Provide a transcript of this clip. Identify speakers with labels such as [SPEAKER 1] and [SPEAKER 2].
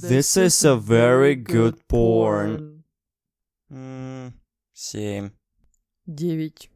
[SPEAKER 1] This is a very good porn. Hmm.
[SPEAKER 2] М, Семь.
[SPEAKER 1] Девять.